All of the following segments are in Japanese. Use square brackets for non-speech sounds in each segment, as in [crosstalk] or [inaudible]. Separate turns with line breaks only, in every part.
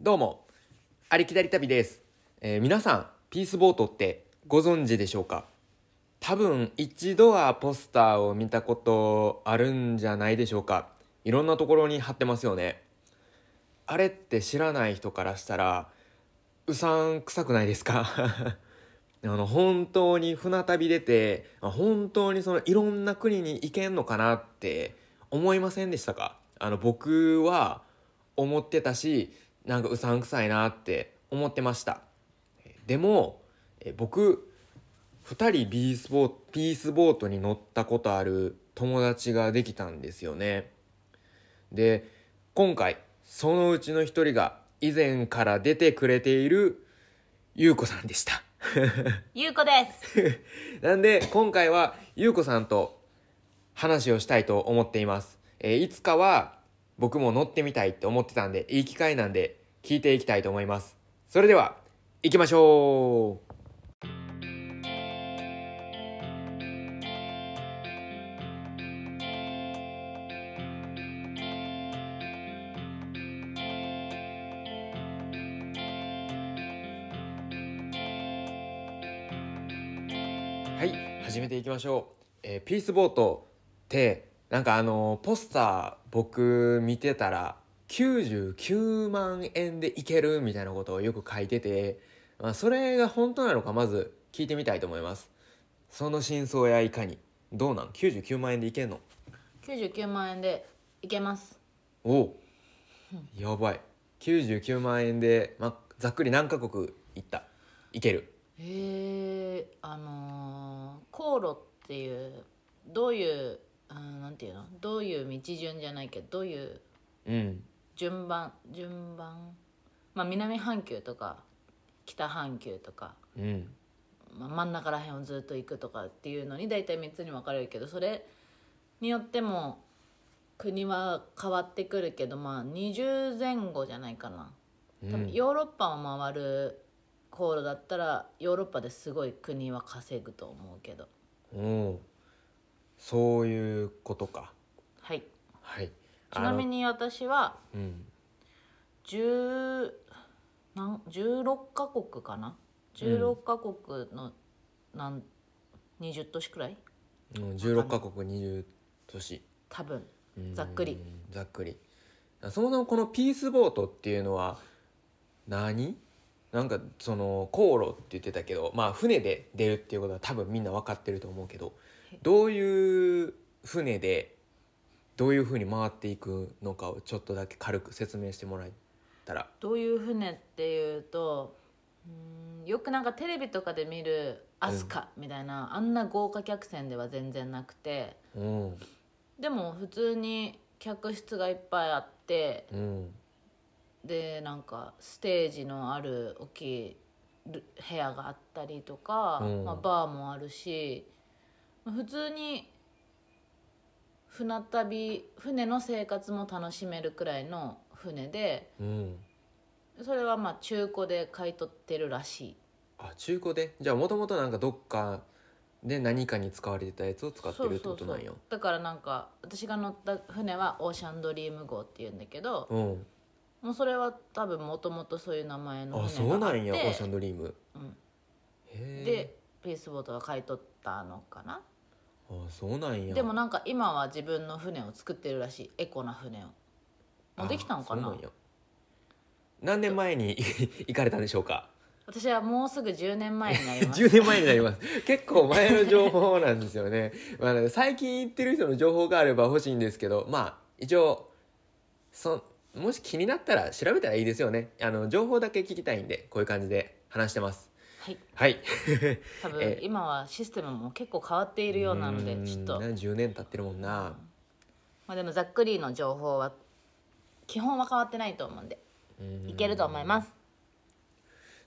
どうも、ありきたり旅です。えー皆さん、ピースボートってご存知でしょうか多分、一度はポスターを見たことあるんじゃないでしょうかいろんなところに貼ってますよね。あれって知らない人からしたら、うさんくさくないですか [laughs] あの、本当に船旅出て、あ本当にそのいろんな国に行けんのかなって思いませんでしたかあの、僕は思ってたし、なんかうさんくさいなって思ってました。でも、え僕、二人ビースボート、ピースボートに乗ったことある友達ができたんですよね。で、今回、そのうちの一人が以前から出てくれているゆうこさんでした。
ゆうこです。
なんで今回はゆうこさんと話をしたいと思っています、えーいつかは僕も乗ってみたいと思ってたんでいい機会なんで聞いていきたいと思いますそれでは行きましょうはい始めていきましょう、えーピースボートってなんかあのーポスター僕見てたら99万円でいけるみたいなことをよく書いてて、まあ、それが本当なのかまず聞いてみたいと思いますその真相やいかにどうなん99万円でいけんの
九十九万円でいけます。
おおやばい99万円で、ま、ざっくり何カ国行ったいける
へえ、あのー、航路っていうどういうあーなんていうの、どういう道順じゃないけどどういう
うん
順番順番、まあ南半球とか北半球とか。
うん
まあ、真ん中ら辺をずっと行くとかっていうのに大体3つに分かれるけどそれによっても国は変わってくるけどまあ20前後じゃないかな
う
多分
ん
ヨーロッパを回る航路だったらヨーロッパですごい国は稼ぐと思うけど
おうそういうことか
はい
はい
ちなみ
に
に私は
うん
10なん16カ国かな16カ国のなん20都市くらい
うん16カ国20都市
多分
うん
ざっくり
ざっくりそもそもこのピースボートっていうのは何なんかその航路って言ってたけどまあ船で出るっていうことは多分みんな分かってると思うけどどういう船でどういうふうに回っていくのかをちょっとだけ軽く説明してもらえたら
どういう船っていうとうーんよくなんかテレビとかで見る「アスカ」みたいな、あんな豪華客船では全然なくて
うん
でも普通に客室がいっぱいあって
うん
でなんかステージのある大きいル部屋があったりとか、
うん
まあ、バーもあるしまあ普通に船旅船の生活も楽しめるくらいの船で
うん
それはまあ中古で買い取ってるらしい。
あ中古でじゃあもともとなんかどっかで何かに使われてたやつを使ってるってことなんや
そうそうそうだからなんか私が乗った船はオーシャンドリーム号っていうんだけど、
うん
もうそれは多分もともとそういう名前の
あそ
船
う
があ
な
って
んやオーシャンドリーム
うん
へえ
でピースボートが買い取ったのかな
あそうなんや
でもなんか今は自分の船を作ってるらしいエコな船をもうできたのか
あ
な
そうなんや何年前に [laughs] 行かれたんでしょうか
私はもうすぐ10年前にな
[laughs]
ります
10年前になります結構前の情報なんですよね、まあ、最近行ってる人の情報があれば欲しいんですけどまあ一応そもし気になったら調べたらいいですよねあの情報だけ聞きたいんでこういう感じで話してます
はい
はい
多
え
分今はシステムも結構変わっているようなので
うん
ちょっと
な10年経ってるもんな、
まあでもざっくりの情報は基本は変わってないと思うんで
うん
いけると思います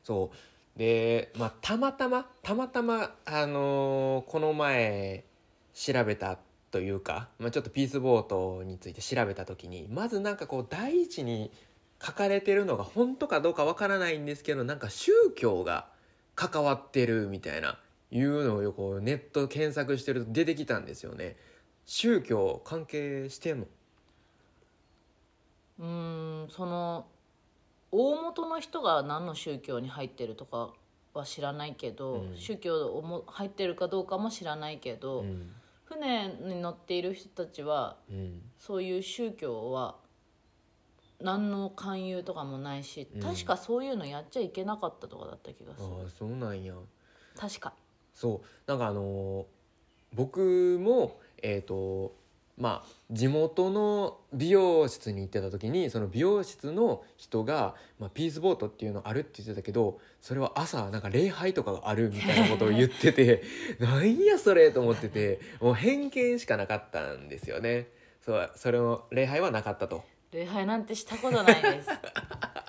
そうで、まあ、たまたまたまたま、あのーこの前調べたというか、まあ、ちょっとピースボートについて調べた時にまずなんかこう第一に書かれてるのが本当かどうかわからないんですけどなんか宗教が関わってるみたいないうのをこうネット検索してると出てきたんですよね。宗教関係してんの
うーんその大大元の人が何の宗教に入ってるとかは知らないけど、
うん
宗教をも入ってるかどうかも知らないけど、
うん
船に乗っている人たちは
うん
そういう宗教は何の勧誘とかもないし、
うん
確かそういうのやっちゃいけなかったとかだった気が
あ
する
あそうなんや
確か
そうなんかあのー僕もえっ、とまあ地元の美容室に行ってた時にその美容室の人が、まあ、ピースボートっていうのあるって言ってたけどそれは朝なんか礼拝とかがあるみたいなことを言っててなんやそれと思っててもう偏見しかなかったんですよねそうそれの礼拝はなかったと
礼拝なんてしたことないです
[laughs]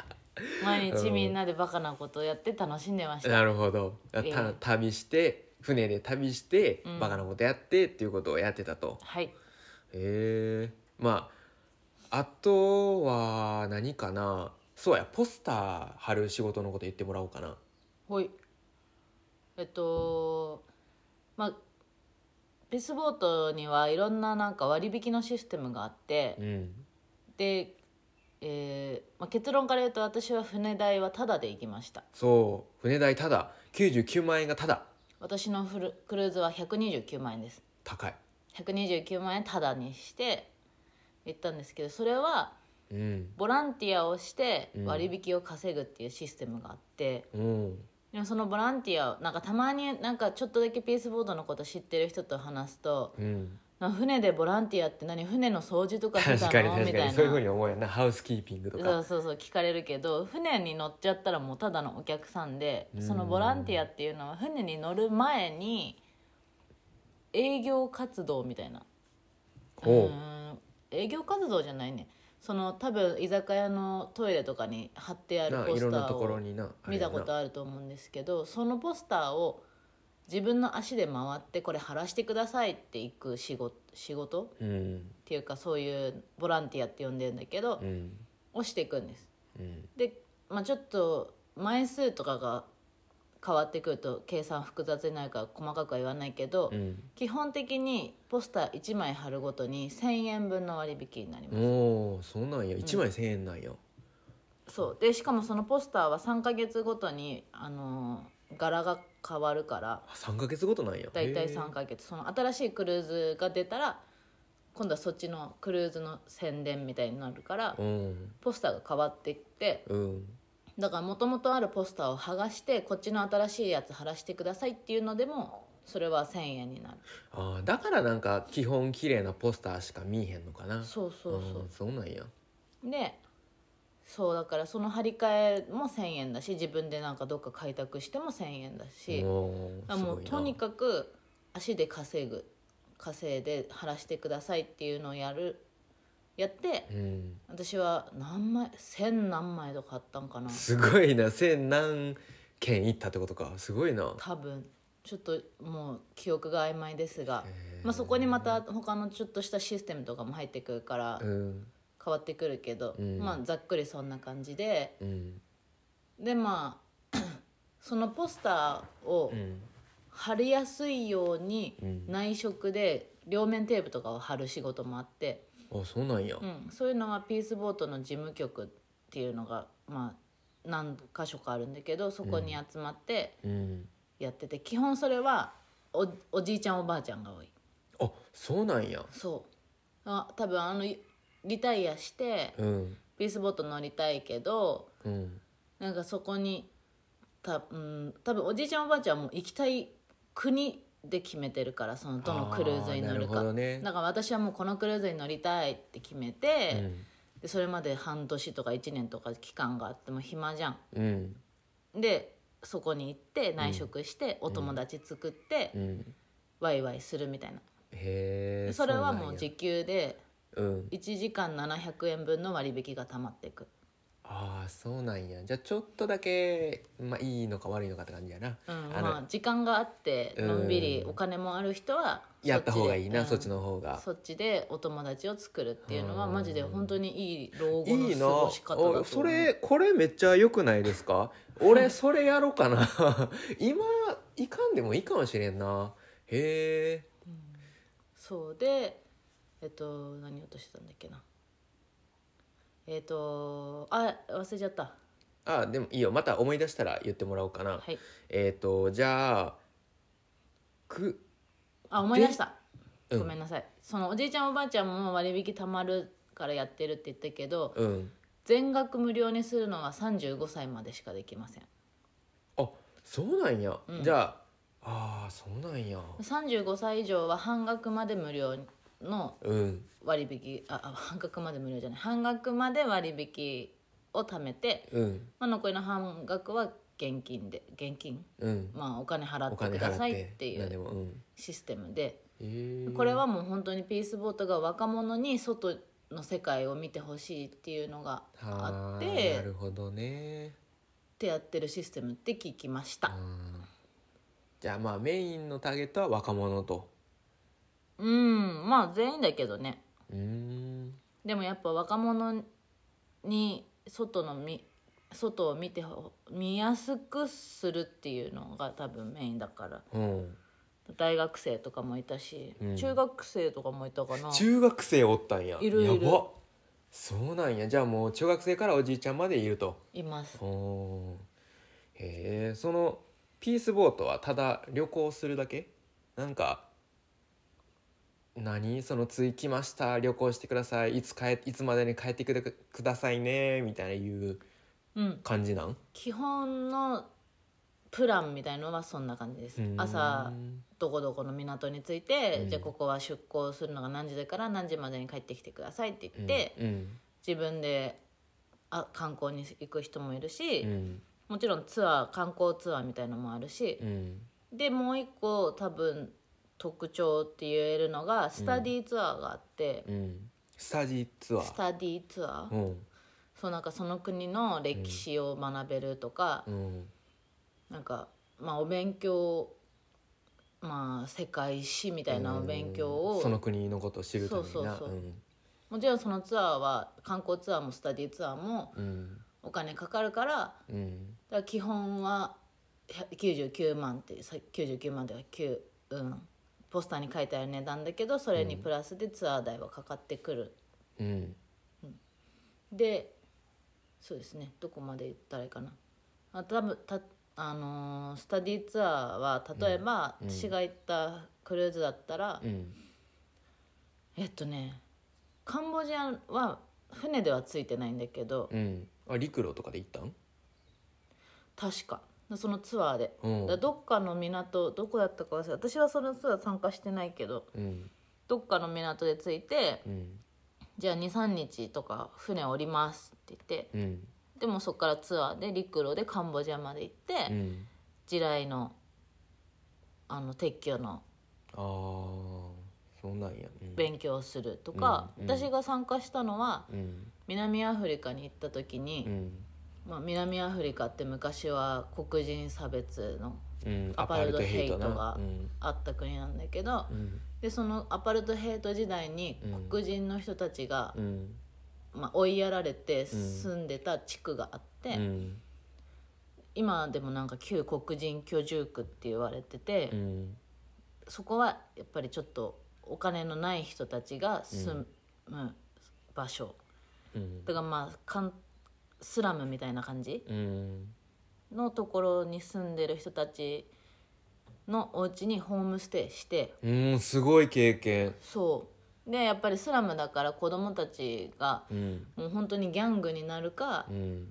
毎日みんなでバカなことをやって楽しんでました
なるほどた
ええ
旅して船で旅して
うん
バカなことやってっていうことをやってたと、
はい
へえまああとは何かなそうやポスター貼る仕事のこと言ってもらおうかな
ほいえっとまあピースボートにはいろんななんか割引のシステムがあって、
うん
で、えーまあ、結論から言うと私は船代はタダで行きました
そう船代ただ99万円がただ
私のフルクルーズは129万円です
高い
129万円タダにして行ったんですけどそれは
うん
ボランティアをして
うん
割引を稼ぐっていうシステムがあって、
うん
でもそのボランティアをなんかたまになんかちょっとだけピースボードのこと知ってる人と話すと
うん
「なんか船でボランティアって何船の掃除とかして
確
た
かに
の?」み
確か
たい
に
な
そういうふうに思うやんなハウスキーピングと
そ
か
うそうそう聞かれるけど船に乗っちゃったらもうただのお客さんで
うん
そのボランティアっていうのは船に乗る前に営業活動みたいな
お
う
う
ーん営業活動じゃないねその多分居酒屋のトイレとかに貼ってある
な
ポ
いろ
ス
ん
タ
な
ー
ところ
を
にな
見たこと
あ
あると思うんですけどそのポスターを自分の足で回ってこれ貼らしてくださいって行く仕事仕事
るうん
っていうかそういうボランティアって呼んでるんだけど、
うん
をしていくんです
うん
で、まあ、ちょっと枚数とかが変わってくると計算複雑になるから細かくは言わないけど、
うん
基本的にポスター1枚貼るごとに1000円分の割引になりま
お
す、
おそうなんや1枚1000円なんや
そうでしかもそのポスターは3ヶ月ごとに、あのー柄が変わるから
あ3ヶ月ごとなんや
だいたい
へえ
3ヶ月その新しいクルーズが出たら今度はそっちのクルーズの宣伝みたいになるから、
うん
ポスターが変わっていって
うん
だからもともとあるポスターを剥がしてこっちの新しいやつ貼らしてくださいっていうのでもそれは1000円になる
ああだからなんか基本綺麗なポスターしか見えへんのかな
そうそう
あー
そ
そうなんや
うでそうだからその張り替えも1000円だし自分でなんかどっか開拓しても1000円だし
おー
だからもう
す
と
ごいな
にかく足で稼ぐ稼いで貼らしてくださいっていうのをやるやって
うん
私は何枚1000何枚とか貼ったんかな
すごいな千何件行ったってことかすごいな
多分ちょっともう記憶が曖昧ですが
へー
まあ、そこにまた他のちょっとしたシステムとかも入ってくるから
うん
変わってくるけど、
うん
まあ、ざっくりそんな感じで
うん
でまあ [clears throat] そのポスターを
うん
貼りやすいように
うん
内職で両面テープとかを貼る仕事もあって、
あそうなんや
うん、そういうのはピースボートの事務局っていうのが、まあ、何箇所かあるんだけどそこに集まって
うん
やってて、基本それはおおじいちゃんおばあちゃんが多い。
あそうなんや
そうあ多分あのいリタイアして
うん
ピースボート乗りたいけど
うん
なんかそこにた、うん、多分おじいちゃんおばあちゃんはもう行きたい国で決めてるからそのどのクルーズに乗
あ
る
ーな
か
るほどね
だから私はもうこのクルーズに乗りたいって決め
う
て、
ん
でそれまで半年とか1年とか期間があっても暇じゃ
うん
んでそこに行って内職して、お友達作って、
うん
ワイワイするみたいな
へ
で
え
それはもう
じ
時給で
うん
1時間700円分の割引がたまっていく
ああそうなんやじゃあちょっとだけまあいいのか悪いのかって感じやな
うん、
あの
まあ時間があって
うん
のんびりお金もある人は
やった方がいいな
そ
そ
っ
っ
ち
ち
で,うん、
の方が
そっちでお友達を作るっていうのは
うん
マジで本当にいい老後
いい
の
な
過ごし方だと思う
おそれこれめっちゃ良くないですか [laughs] 俺それやろうかな [laughs] 今いかんでもいいかもしれんなへえ
そうでえっと何をとしてたんだっけなえっとあ忘れちゃった
あでもいいよまた思い出したら言ってもらおうかな、
はい
えっ、とじゃあく
あ思い出した
うん
ごめんなさいそのおじいちゃんおばあちゃんも割引貯まるからやってるって言ったけど
うん
全額無料にするのが35歳までしかできません
あそうなんや、
うん
じゃああーそうなんや
35歳以上は半額まで無料の
うん
割引ああ半額まで無料じゃない半額まで割引を貯めて、
うん
まあ、残りの半額は現金で現金
うん
まあお金払っ
お
て
金
く
払
だ
って
さいってい
何で
う
もうん
システムで
えー
これはもう本当にピースボートが若者に外の世界を見てほしいっていうのがあ
は
っ
ーな
て
るほどね
ってやってるシステムって聞きました
うんじゃあまあメインのターゲットは若者と
うんまあ全員だけどね
うーん
でもやっぱ若者に外のみ外を見てほ見やすくするっていうのが多分メインだから
うん
大学生とかもいたし、
うん
中学生とかもいたかな
中学生おったんや
いるいる
やばっそうなんやじゃあもう中学生からおじいちゃんまでいると
います
おーへえそのピースボートはただ旅行するだけなんか何その「着きました旅行してくださいいつ帰いつまでに帰ってくれくださいね」みたいないう
うん
感じなん
基本のプランみたいのはそんな感じです朝どこどこの港に着いて、
うん
じゃあここは出港するのが何時でから何時までに帰ってきてくださいって言って、
うん
自分であ観光に行く人もいるし、
うん
もちろんツアー観光ツアーみたいのもあるし
う、ん
でもう一個多分特徴って言えるのがスタディーツアーがあって、
うんスタジーツア
ス
ー
タディーツアー、
うん
そうなんかその国の歴史を学べるとか、
うん
なんかまあお勉強まあ世界史みたいなお勉強を
その国のことを知るためにな
そうそう
う
そうんもちろんそのツアーは観光ツアーもスタディツアーも
うん
お金かかるからだか
うん
ら基本は99万ってさ99万では9うんポスターに書いてある値段だけどそれにプラスでツアー代はかかってくる、
うん
でそうですねどこまで行ったらいいかなあ多分たあのースタディツアーは例えば、
うんうん
私が行ったクルーズだったら、
うん
えっとねカンボジアは船ではついてないんだけど、
うんあ陸路とかで行ったん
確かそのツアーで、
うん
だからどっかの港どこだったか忘れ私はそのツアー参加してないけど
うん
どっかの港で着いて
うん
じゃあ23日とか船降りますって言って
うん
でもそこからツアーで陸路でカンボジアまで行って、
うん
地雷のあの撤去の
ああそうなんやうん
勉強をするとか、
うんうん
私が参加したのは
うん
南アフリカに行った時に、
うん
まあ、南アフリカって昔は黒人差別の
うん
アパルトヘイト
ア
が
パルトヘイトな
あった国なんだけど
う、ん
でそのアパルトヘイト時代に
うん
黒人の人たちが
う、ん
まあ、追いやられて住んでた地区があって、
うん
今でもなんか旧黒人居住区って言われてて、
うん
そこはやっぱりちょっとお金のない人たちが住む場所、
うん
だからまあかんスラムみたいな感じ
うん
のところに住んでる人たちのお家にホームステイして
うんすごい経験
そうでやっぱりスラムだから子供たちが
うん
もう本当にギャングになるか
うん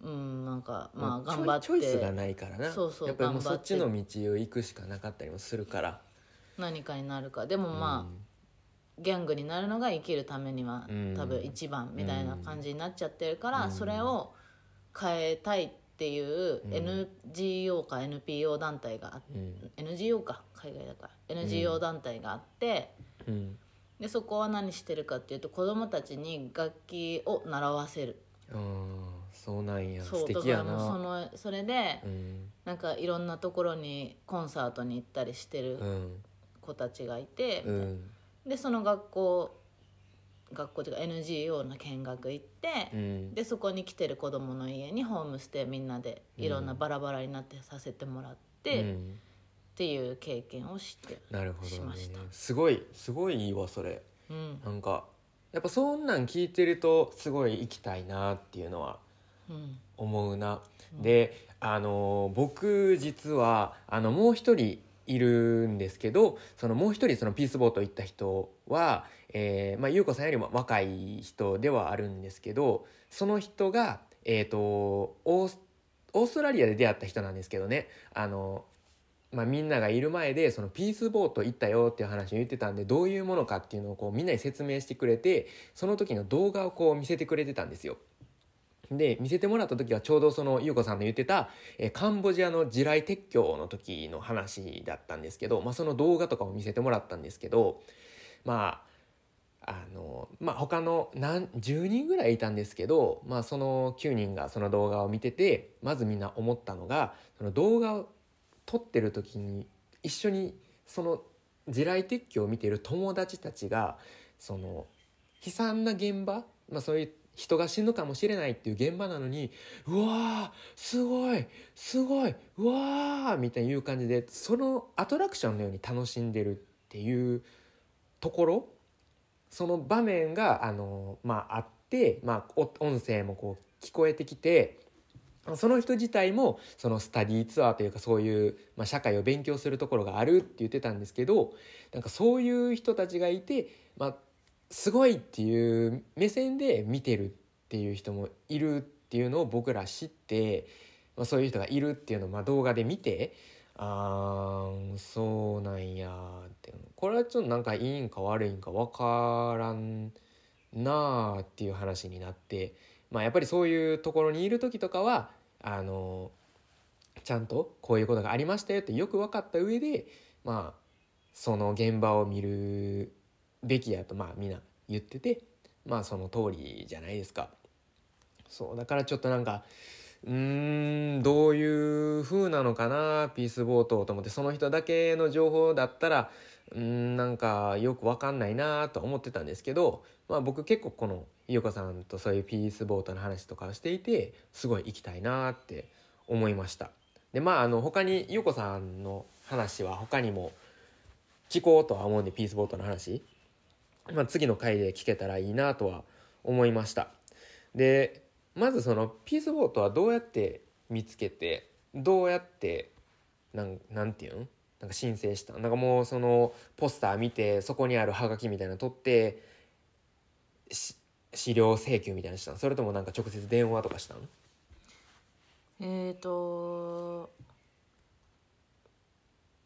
うんなんかまあ
もうちょい
頑張って
チョイスがないからな
そうそう
やっぱりもう
頑張
そっ
っ
てちの道を行くしかなかったりもするから
何かになるかでもまあギャングになるのが生きるためには
うん
多分一番みたいな感じになっちゃってるから、
うん
それを変えたいっていう
うん
NGO か NPO 団体があっ
うん
NGO か海外だから NGO 団体があって、
うん
でそこは何してるかっていうと子供たちに楽器を習わせる
うんそうなんや
そ
素
うだ
敵
か
や
らもうそ
な
のそれで
うん
なんかいろんなところにコンサートに行ったりしてる
うん
子たちがいて、
うん
でその学校学校というか NGO の見学行って、
うん
でそこに来てる子供の家にホームステイみんなでいろんなバラバラになってさせてもらって、
う
っ
ん
ていう経験をして、
なるほど、ね、
しました
すごいすごいいいわそれ
うん、
なんかやっぱそんなん聞いてるとすごい行きたいなっていうのは
うん
思うな、
うん
であの僕実はあのもう一人いるんですけどそのもう一人そのピースボート行った人は、えーまあ、優子さんよりも若い人ではあるんですけどその人が、えー、とオースオーストラリアで出会った人なんですけどねあの、まあ、みんながいる前でそのピースボート行ったよっていう話を言ってたんでどういうものかっていうのをこうみんなに説明してくれてその時の動画をこう見せてくれてたんですよ。で見せてもらった時はちょうどその優子さんの言ってた、えーカンボジアの地雷撤去の時の話だったんですけど、まあ、その動画とかを見せてもらったんですけどまああのまあ他の何10人ぐらいいたんですけど、まあ、その9人がその動画を見ててまずみんな思ったのがその動画を撮ってる時に一緒にその地雷撤去を見てる友達たちがその悲惨な現場、まあ、そういう人が死ぬかもしれないっていう現場なのにうわーすごいすごいうわーみたいないう感じでそのアトラクションのように楽しんでるっていうところその場面があの、まあ、あって、まあ、お音声もこう聞こえてきてその人自体もそのスタディーツアーというかそういう、まあ、社会を勉強するところがあるって言ってたんですけどなんかそういう人たちがいて、まあ、すごいっていう目線で見てるっていう人もいるっていうのを僕ら知って、まあ、そういう人がいるっていうのをまあ動画で見てあーそうなんやーってこれはちょっとなんかいいんか悪いんか分からんなあっていう話になって、まあ、やっぱりそういうところにいる時とかはあのちゃんとこういうことがありましたよってよく分かった上でまあその現場を見るべきやとまあみんな言っててまあその通りじゃないですかそうだからちょっとなんかうーんどういう風なのかなピースボートと思ってその人だけの情報だったらうーんなんかよくわかんないなと思ってたんですけど、まあ、僕結構この優子さんとそういうピースボートの話とかをしていてすごい行きたいなって思いましたでまああの他に優子さんの話は他にも聞こうとは思うんでピースボートの話、まあ、次の回で聞けたらいいなとは思いましたでまずそのピースボートはどうやって見つけてどうやってなんなんていうんなんか申請したなんかもうそのポスター見てそこにあるハガキみたいなの取ってし資料請求みたいなのしたんそれともなんか直接電話とかしたん
えーと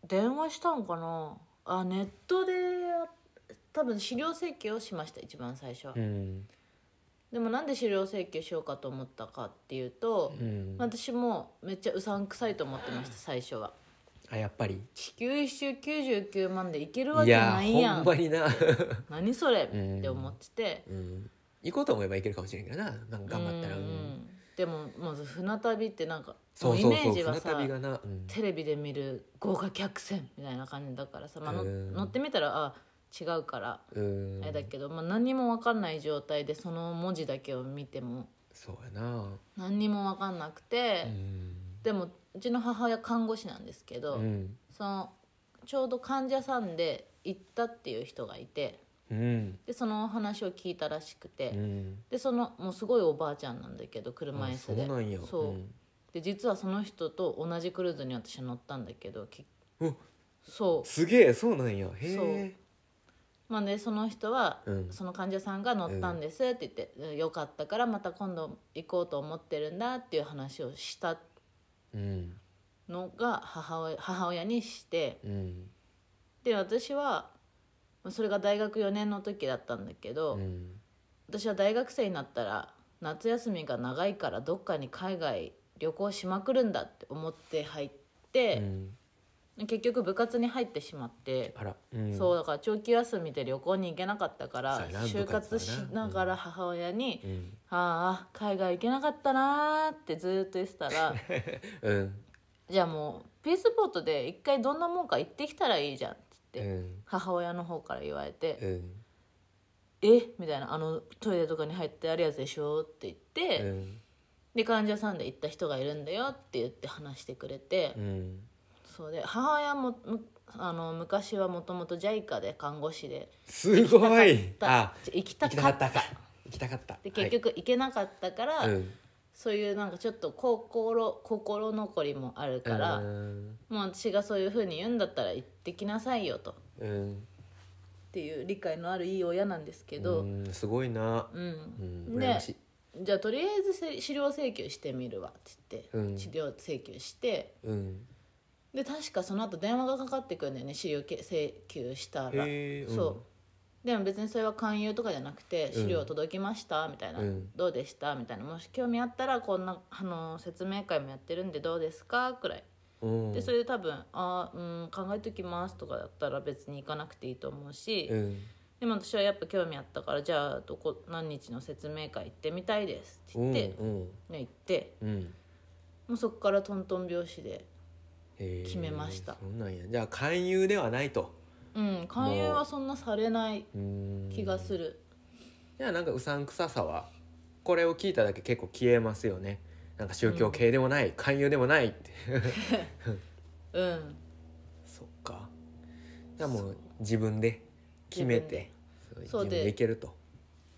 電話したんかなあネットで多分資料請求をしました一番最初は、
うん
でもなんで資料請求しようかと思ったかっていうと、
うん
私もめっちゃうさんくさいと思ってました最初は
あやっぱり
地球一周99万でいけるわ
い
け
や
ないや
ほ
ん
んまにな、
何それ
うん
って思ってて
うん、行こうと思えば行けるかもしれんけどななんか頑張ったら
う
うんん
でもまず船旅ってなんか
そう
も
そうう
イメ
そ
ー
う
ジは
船
さ
旅がな、うん、
テレビで見る豪華客船みたいな感じだからさ、まあの
うん
乗ってみたらあ違うから
うん
あれだけど、まあ、何にも分かんない状態でその文字だけを見ても
そうやな
何にも分かんなくて、
うん
でもうちの母親看護師なんですけど、
うん
そのちょうど患者さんで行ったっていう人がいて
うん
でその話を聞いたらしくて、
うん
でそのもうすごいおばあちゃんなんだけど車
あ
椅
そ
子
う
で
なんや
そうで実はその人と同じクルーズに私乗ったんだけどき
うんお
そう
すげえそうなんやへえ
まあね、その人は、
うん
その患者さんが乗ったんですって言って、うんよかったからまた今度行こうと思ってるんだっていう話をした
うん
のが母親母親にして
うん
で私はまあそれが大学4年の時だったんだけど、
うん
私は大学生になったら夏休みが長いからどっかに海外旅行しまくるんだって思って入っ
う
て、
ん
結局部活に入ってしまって。
あらうん
そうだから長期休みで旅行に行けなかったから
そうやな
就活
部
し
活はな
ながら母親に
うん
「ああ海外行けなかったな」ってずーっと言ってたら
うん
「じゃあもうピースボートで一回どんなもんか行ってきたらいいじゃん」っつっ
う
て
ん
母親の方から言われて
うん
「えみたいな「あのトイレとかに入ってあるやつでしょ」って言っ
う
て
ん
で患者さんで行った人がいるんだよって言って話してくれて
うん
そうで母親もむあの昔はもともと JICA で看護師です
ごい
行
あ
き
行
た
きた
か
か
っ
った
た
か行きたかった
で結局行けなかったから、
はいうん
そういうなんかちょっと心心残りもあるから、
うん
もう私がそういうふうに言うんだったら行ってきなさいよとっ
うん
ていう理解のあるいい親なんですけど、
うんすごいな
う
うんん羨
で
ましい
じゃあとりあえずせ資料請求してみるわって言って、
うん
資料請求して
うん
で確かその後電話がかかってくるんだよね資料け請求したら、
へえ
そうでも別にそれは勧誘とかじゃなくて「資料届きました」みたいな、
うん
どうでした?」みたいな「もし興味あったらこんなあの説明会もやってるんでどうですか?」くらい
うんうん
でそれで多分「あーうん考えときます」とかだったら別に行かなくていいと思うし、
うん
でも私はやっぱ興味あったからじゃあどこ何日の説明会行ってみたいですって
う
言
ん
って、
うん
ね、行って
うん
もうそこからトントン拍子で
へえ
決めました
そうなんやじゃあ勧誘ではないと
うん勧誘はそんなされない
うん
気がする、
じゃあなんかうさんくささはこれを聞いただけ結構消えますよねなんか宗教系でもない、勧誘でもないって
うん
そっかじゃあもう自分で決めて
自
そう
分でそ
自分
うで
でいけると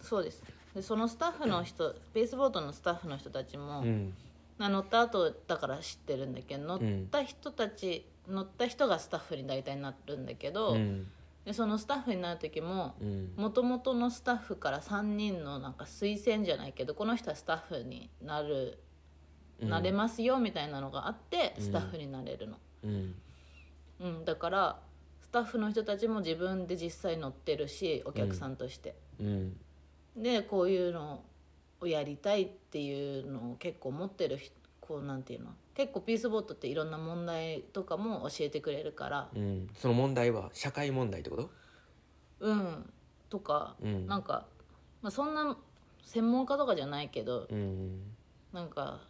そうですでそのスタッフの人ベースボートのスタッフの人たちも、
うん
まあ乗った後だから知ってるんだけど乗った人たち、乗った人がスタッフに大体なるんだけ
う
ど、
ん
でそのスタッフになる時も
うん
もともとのスタッフから3人のなんか推薦じゃないけどこの人はスタッフになる、
うん
なれますよみたいなのがあって
うん
スタッフになれるの、
うん
うんだからスタッフの人たちも自分で実際乗ってるしお客さんとして、
うん
でこういうのをやりたいっていうのを結構持ってる人こうなんていうの結構ピースボートっていろんな問題とかも教えてくれるから
うんその問題は社会問題ってこと
うんとか、
うん
なんか、まあ、そんな専門家とかじゃないけど
うん
なんか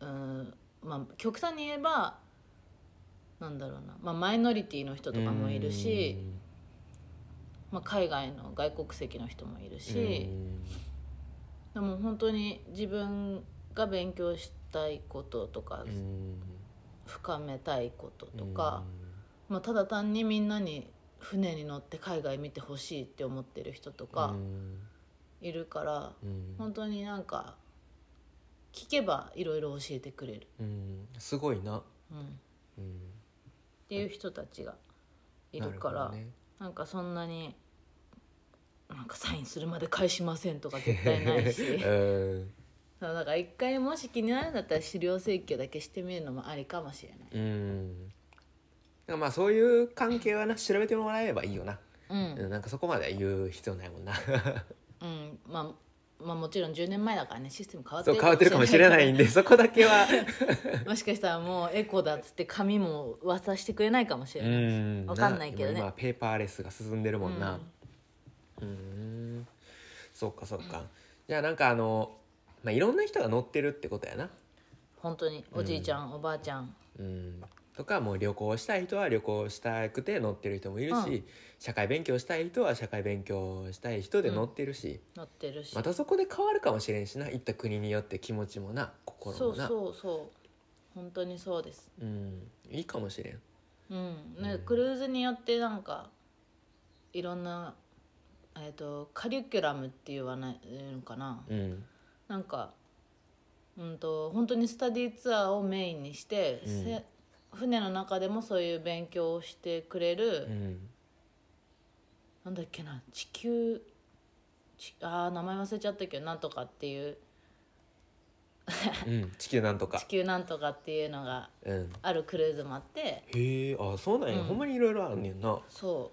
うんまあ極端に言えばなんだろうな、まあ、マイノリティの人とかもいるし、まあ、海外の外国籍の人もいる
うん
し。でも本当に自分が勉強したいこととか、
うん
深めたいこととか、まあ、ただ単にみんなに船に乗って海外見てほしいって思ってる人
う
とか
ん
いるから、
うん
本当になんか聞けばいろいろ教えてくれる、
うんすごいな
うん、っ
うん
ていう人たちがい
な
る
る
か
からら
な,、んかそんなになんかサインするまで返しませんとか絶対ないし。
[laughs] うん
そうだから一回もし気になるんだったら資料請求だけしてみるのもありかもしれない
うんなんかまあそういう関係はな調べてもらえればいいよな
うん、
うんなんかそこまで言う必要ないもんな
うんまあ、まあもちろん10年前だからねシステム変わって
[laughs] そう
る
変わってるかもしれないんでそこだけは
[laughs] もしかしたらもうエコだっつって紙も渡してくれないかもしれ
う
ない、
ん
わかんないけどね
今今ペーパーレスが進んでるもんなうんんそっかそっかじゃあなんかあの、まあ、いろんな人が乗ってるってことやな
本当におじいちゃん、おばあちゃん
うんとかもう旅行したい人は旅行したくて乗ってる人もいるし、
うん
社会勉強したい人は社会勉強したい人で乗ってるし、
乗ってるし、
またそこで変わるかもしれんしな行った国によって気持ちもな心
そ
も
う
な
そうそう本当にそうです
うん、いいかもしれん
うん、ねクルーズによってなんかいろんなえっ、とカリキュラムって言わないのかな、
うん
なんか、うん、と本当にスタディツアーをメインにして、
うん
せ船の中でもそういう勉強をしてくれる、
うん
なんだっけな地球ちあー名前忘れちゃったけどなんとかっていう
うん地球なんとか
地球なんとかっていうのが
うん
あるクルーズもあって
へえあそうなんや、
うん
ほんまにいろいろあんねんな
そ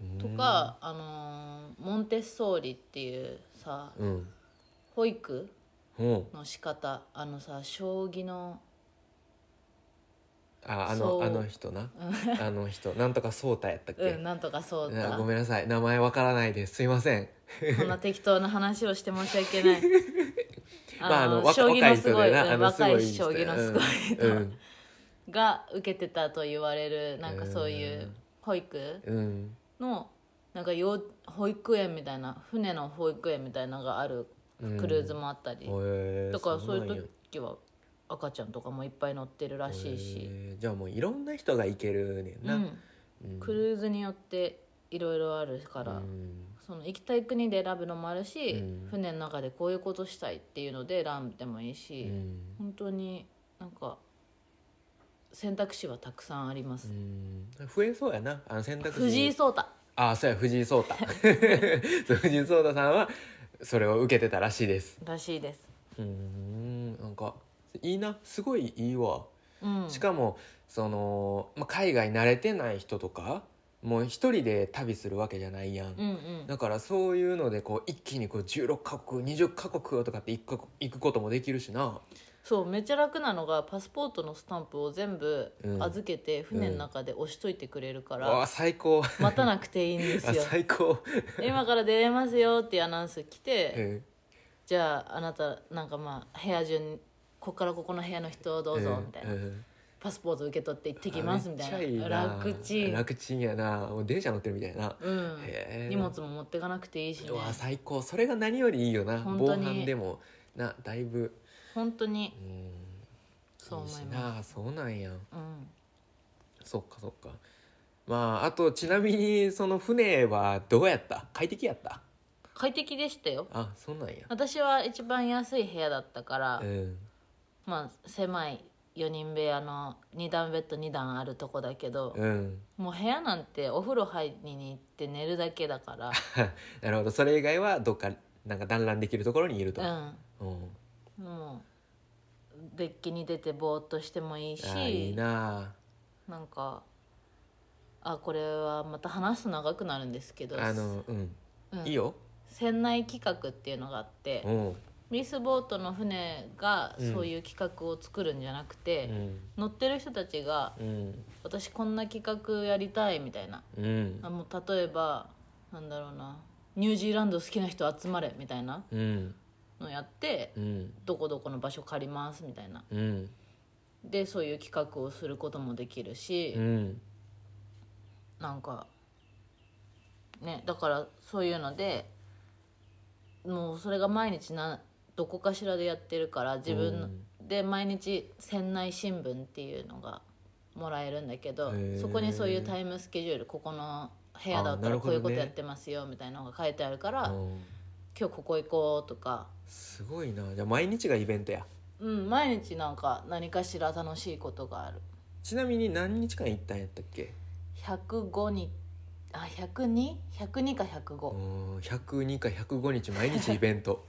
うん
うとか、あのーモンテッソーリっていうさ
うん
保育
うん
の仕方あのさ将棋の
ああ
そ
の
う
あの人なあの人なんとかソータやったっけ、
うんなんとかそう
いや
か
ごめんなさい名前わからないですすいません
[laughs] こんな適当な話をして申し訳ない。
[laughs] まああの若
将棋のすごい、
若い人でなあ
うん
の
若
すご
い
い
将
人
棋のすごい人、
うん
が受けてたと言われるなんかそういううん保育
うん
のなんか幼保育園みたいな船の保育園みたいなのがある
うん
クルーズもあったり、
へえ
だからそう
なんや
いう時は赤ちゃんとかもいっぱい乗ってるらしい
へ
し、
えじゃあもういろんな人が行けるねん
う
な、
ん、
うん
クルーズによっていろいろあるから、
うん
その行きたい国で選ぶのもあるし、
うん
船の中でこういうことしたいっていうので選んでもいいうし、
ん
本当になんか選択肢はたくさんあります、
うん増えそうやなあの選択肢
藤井聡太
ああそうや藤井聡
[laughs]
太 [laughs] そう藤井聡太さんはそれを受けてたらしいです
らしいです、
うんなんかいいなすごいいいわ
うん、
しかもその、まあ、海外慣れてない人とかもう一人で旅するわけじゃないやん、
うんうん
だからそういうのでこう一気にこう16カ国20カ国とかって行く行くこともできるしな
そうめっちゃ楽なのがパスポートのスタンプを全部
うん
預けて船の中で押しといてくれるから、
わあ最高あ
[laughs] 待たなくていいんですよ
[laughs] 最高、
今から出れますよっていうアナウンス来て、
うん
じゃああなたなんかまあ部屋順こっからここの部屋の人をどうぞみたいな、
うん
パスポート受け取って行ってきますみたいな
めっちゃ
楽ちん
楽ちんやなもう電車乗ってるみたいな、
うん
へえ
荷物も持ってかなくていいしね
うわ最高それが何よりいいよな
本
防
当に
犯でもなだいぶ
本当に
うん
そう思います
しなそうなんや
うん
そっかそっかまああとちなみにその船はどうやった快適やった
快適でしたよ
あそうなんや
私は一番安い部屋だったから、
うん
まあ狭い4人部屋の2段ベッド2段あるとこだけど、
うん
もう部屋なんてお風呂入りに行って寝るだけだから
[laughs] なるほどそれ以外はどっかなんか団らんできるところにいると、うん
うんもうデッキに出てぼーっとしてもいいし
あーいいな
なんかあこれはまた話すと長くなるんですけど
あのうん、
うん
いいよ
船内企画っていうのがあって
うん
リースボートの船が
うん
そういう企画を作るんじゃなく
う
て、
ん
乗ってる人たちが
うん
「私こんな企画やりたい」みたいな
うん
あもう例えばなんだろうなニュージーランド好きな人集まれみたいな
うん
のやって、
うん
どこどこの場所借りますみたいな
うん
でそういう企画をすることもできるし、
うん
なんかねだからそういうのでもうそれが毎日などこかしらでやってるから自分で毎日船内新聞っていうのがもらえるんだけど
へー
そこにそういうタイムスケジュールここの部屋だ
あ
っ
な
た
る
ら
ほ
こ
どね
ういうことやってますよみたいなのが書いてあるから、
うん
今日ここ行こうとか、
すごいなじゃあ毎日がイベントや
うん、毎日なんか何かしら楽しいことがある。
ちなみに何日間行ったんやったっけ
105にあ 102?102 か105、
うん102か105日毎日イベン
[laughs]
ト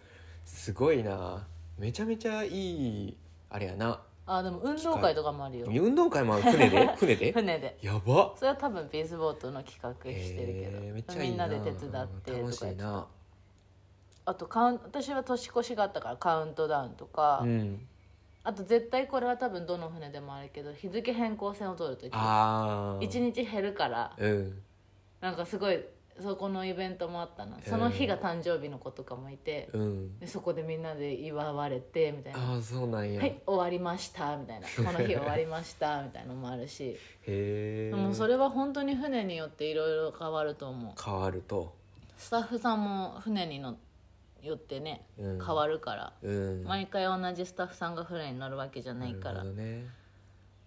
すごいなめちゃめちゃいいあれやな
あでも運動会とかもあるよ
運動会もある船で
[laughs]
船で
船で
やば
それは多分ピースボートの企画してるけど、
えーめっちゃいいな
みんなで手伝って
楽
と
し
かやっ
い
てた
な
あとカウン私は年越しがあったからカウントダウンとか、
うん
あと絶対これは多分どの船でもあるけど日付変更線を取るとき
ああ
1日減るから
うん
なんかすごいそこのイベントもあったなその日が誕生日の子とかもいて、
うん
でそこでみんなで祝われてみたいな
ああそうなんや、
はい終わりましたみたい
[laughs]
なこの日終わりましたみたいなのもあるし
へえ
でもそれは本当に船によっていろいろ変わると思う
変わると、
スタッフさんも船にのよってね
うん、
変わるから、
うん
毎回同じスタッフさんが船に乗るわけじゃないか
な
ら、
るほどね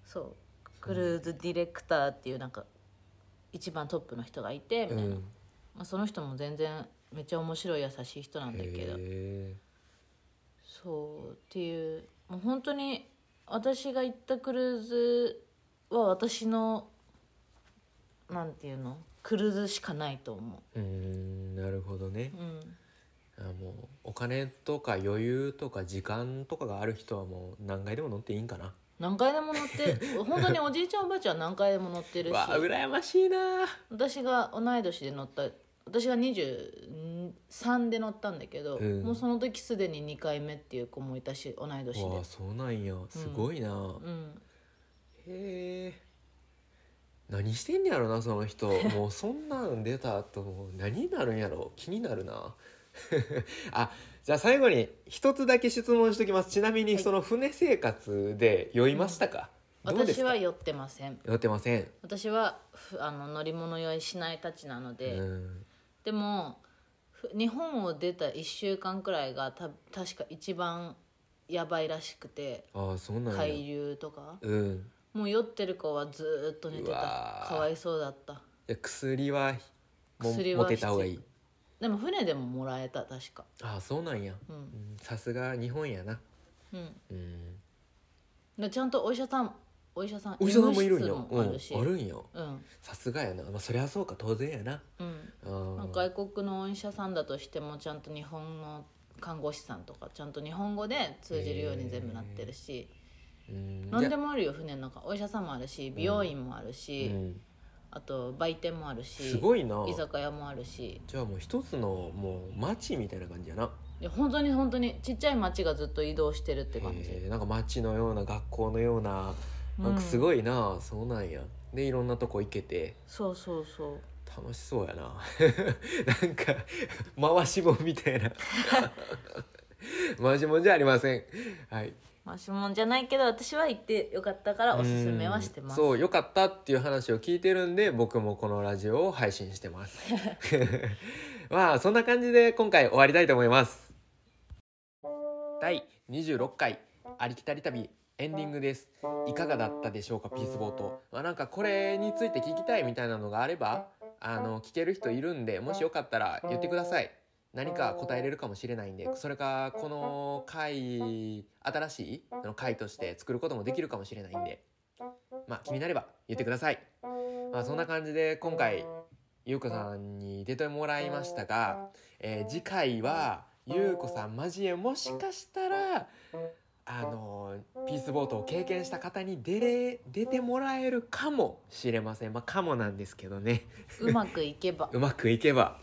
そうクルーズディレクターっていうなんか一番トップの人がいてみた
う
いな、
ん
まあ、その人も全然めっちゃ面白い優しい人なんだけど
へ
そうっていうもう本当に私が行ったクルーズは私のなんていうのクルーズしかないと思
えうんなるほどね
う、うん、
あもうお金とか余裕とか時間とかがある人はもう何回でも乗っていいんかな
何回でも乗って
[laughs]
本当におじいちゃんおばあちゃん何回でも乗ってるし
わあ羨ましいな
私が同い年で乗った私が23で乗ったんだけど、
うん
もうその時すでに2回目っていう子もいたし同い年で
わあそうなんやすごいな、
うん
へえ何してんねやろなその
[laughs]
人もうそんなん出た後もう何になるんやろ気になるな [laughs] あじゃあ最後に一つだけ質問しときますちなみに
はい
その船生活で酔いましたか、どうです
私
か
は酔ってません
酔ってません、
私はふあの乗り物酔いしないたちなので、
うん
でもふ日本を出た1週間くらいがた確か一番やばいらしくて
ああそうなんや
海流とか
うん
もう酔ってる子はずーっと寝て
うわ
た
ー
かわいそうだった
じゃあ薬はも
薬は
持ってた方がいい
必でも船でももらえた確か
ああそうなんや
う
うんんさすが日本やな
うん
うん
でちゃんとお医者さんお医者さん
お医者さんもいるんや
医務室もあるし
うん、あるんや
うん
さすがやなまあそりゃそうか当然やな
うん
うん
まあ外国のお医者さんだとしてもちゃんと日本の看護師さんとかちゃんと日本語で通じるように全部なってるし
うん
何
じ
で
ゃ
もあるよ船の中お医者さんもあるし美容院もある
う
し、
ん
あと売店もあるし
すごいな
居酒屋もあるし
じゃあもう一つのもう町みたいな感じやな
で本当に本当にちっちゃい町がずっと移動してるって感じ
へえなんか町のような学校のようななんかす
い、
ごいな、そうなんやでいろんなとこ行けて
そうそうそう
楽しそうやな [laughs] なんか回しもんみたい [laughs] な回しもんじゃありませんはい
まあ指紋じゃないけど私は行ってよかったからおすすめはしてます
うんそう良かったっていう話を聞いてるんで僕もこのラジオを配信してます [laughs] まあそんな感じで今回終わりたいと思います第26回ありきたり旅エンディングですいかがだったでしょうかピースボート、まあ、なんかこれについて聞きたいみたいなのがあればあの聞ける人いるんでもしよかったら言ってください何か答えれるかもしれないんでそれかこの回新しいあの回として作ることもできるかもしれないんでまあ気になれば言ってください、まあ、そんな感じで今回ゆうこさんに出てもらいましたが、えー次回はゆうこさん交えもしかしたらあのピースボートを経験した方に出れ出てもらえるかもしれませんまあかもなんですけどね
うまくいけば
うまくいけば。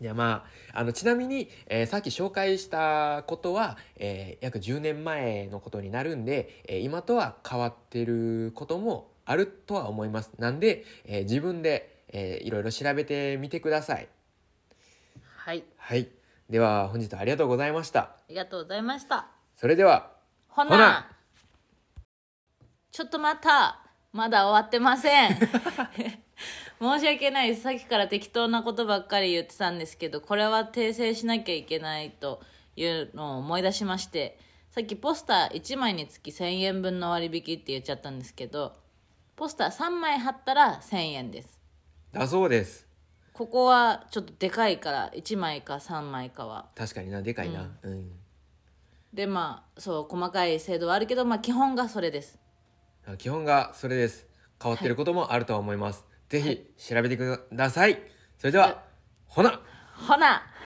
いやまあ、あのちなみに、えーさっき紹介したことは、えー約10年前のことになるんで、えー今とは変わってることもあるとは思いますなんで、えー自分で、えーいろいろ調べてみてください
はい
はいでは本日はありがとうございました
ありがとうございました
それでは
ほな
ほな
ちょっと待ったまだ終わってません [laughs] 申し訳ないですさっきから適当なことばっかり言ってたんですけどこれは訂正しなきゃいけないというのを思い出しましてさっきポスター1枚につき1000円分の割引って言っちゃったんですけどポスター3枚貼ったら1000円です
だそうです
ここはちょっとでかいから1枚か3枚かは
確かになでかいなうん、
でまあそう細かい制度はあるけど、まあ、基本がそれです
基本がそれです変わってることもあるとは思います、ぜひ調べてくださいそれでは、ほな
ほな